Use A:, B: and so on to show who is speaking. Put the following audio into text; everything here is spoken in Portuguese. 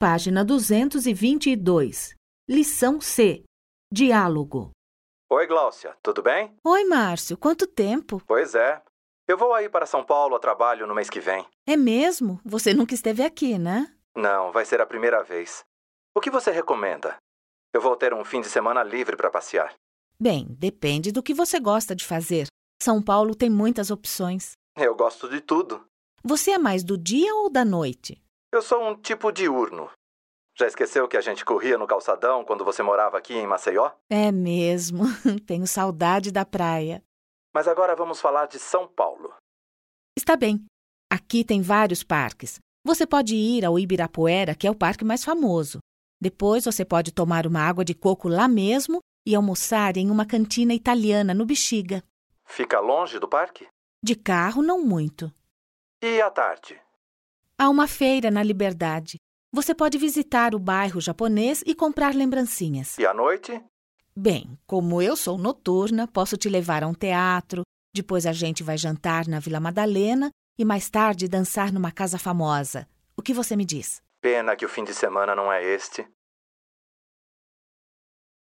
A: Página 222. Lição C. Diálogo.
B: Oi, Gláucia, tudo bem?
A: Oi, Márcio, quanto tempo?
B: Pois é. Eu vou aí para São Paulo a trabalho no mês que vem.
A: É mesmo? Você nunca esteve aqui, né?
B: Não, vai ser a primeira vez. O que você recomenda? Eu vou ter um fim de semana livre para passear.
A: Bem, depende do que você gosta de fazer. São Paulo tem muitas opções.
B: Eu gosto de tudo.
A: Você é mais do dia ou da noite?
B: Eu sou um tipo diurno. Já esqueceu que a gente corria no calçadão quando você morava aqui em Maceió?
A: É mesmo. Tenho saudade da praia.
B: Mas agora vamos falar de São Paulo.
A: Está bem. Aqui tem vários parques. Você pode ir ao Ibirapuera, que é o parque mais famoso. Depois você pode tomar uma água de coco lá mesmo e almoçar em uma cantina italiana no Bexiga.
B: Fica longe do parque?
A: De carro, não muito.
B: E à tarde?
A: Há uma feira na Liberdade. Você pode visitar o bairro japonês e comprar lembrancinhas.
B: E à noite?
A: Bem, como eu sou noturna, posso te levar a um teatro, depois a gente vai jantar na Vila Madalena e mais tarde dançar numa casa famosa. O que você me diz?
B: Pena que o fim de semana não é este.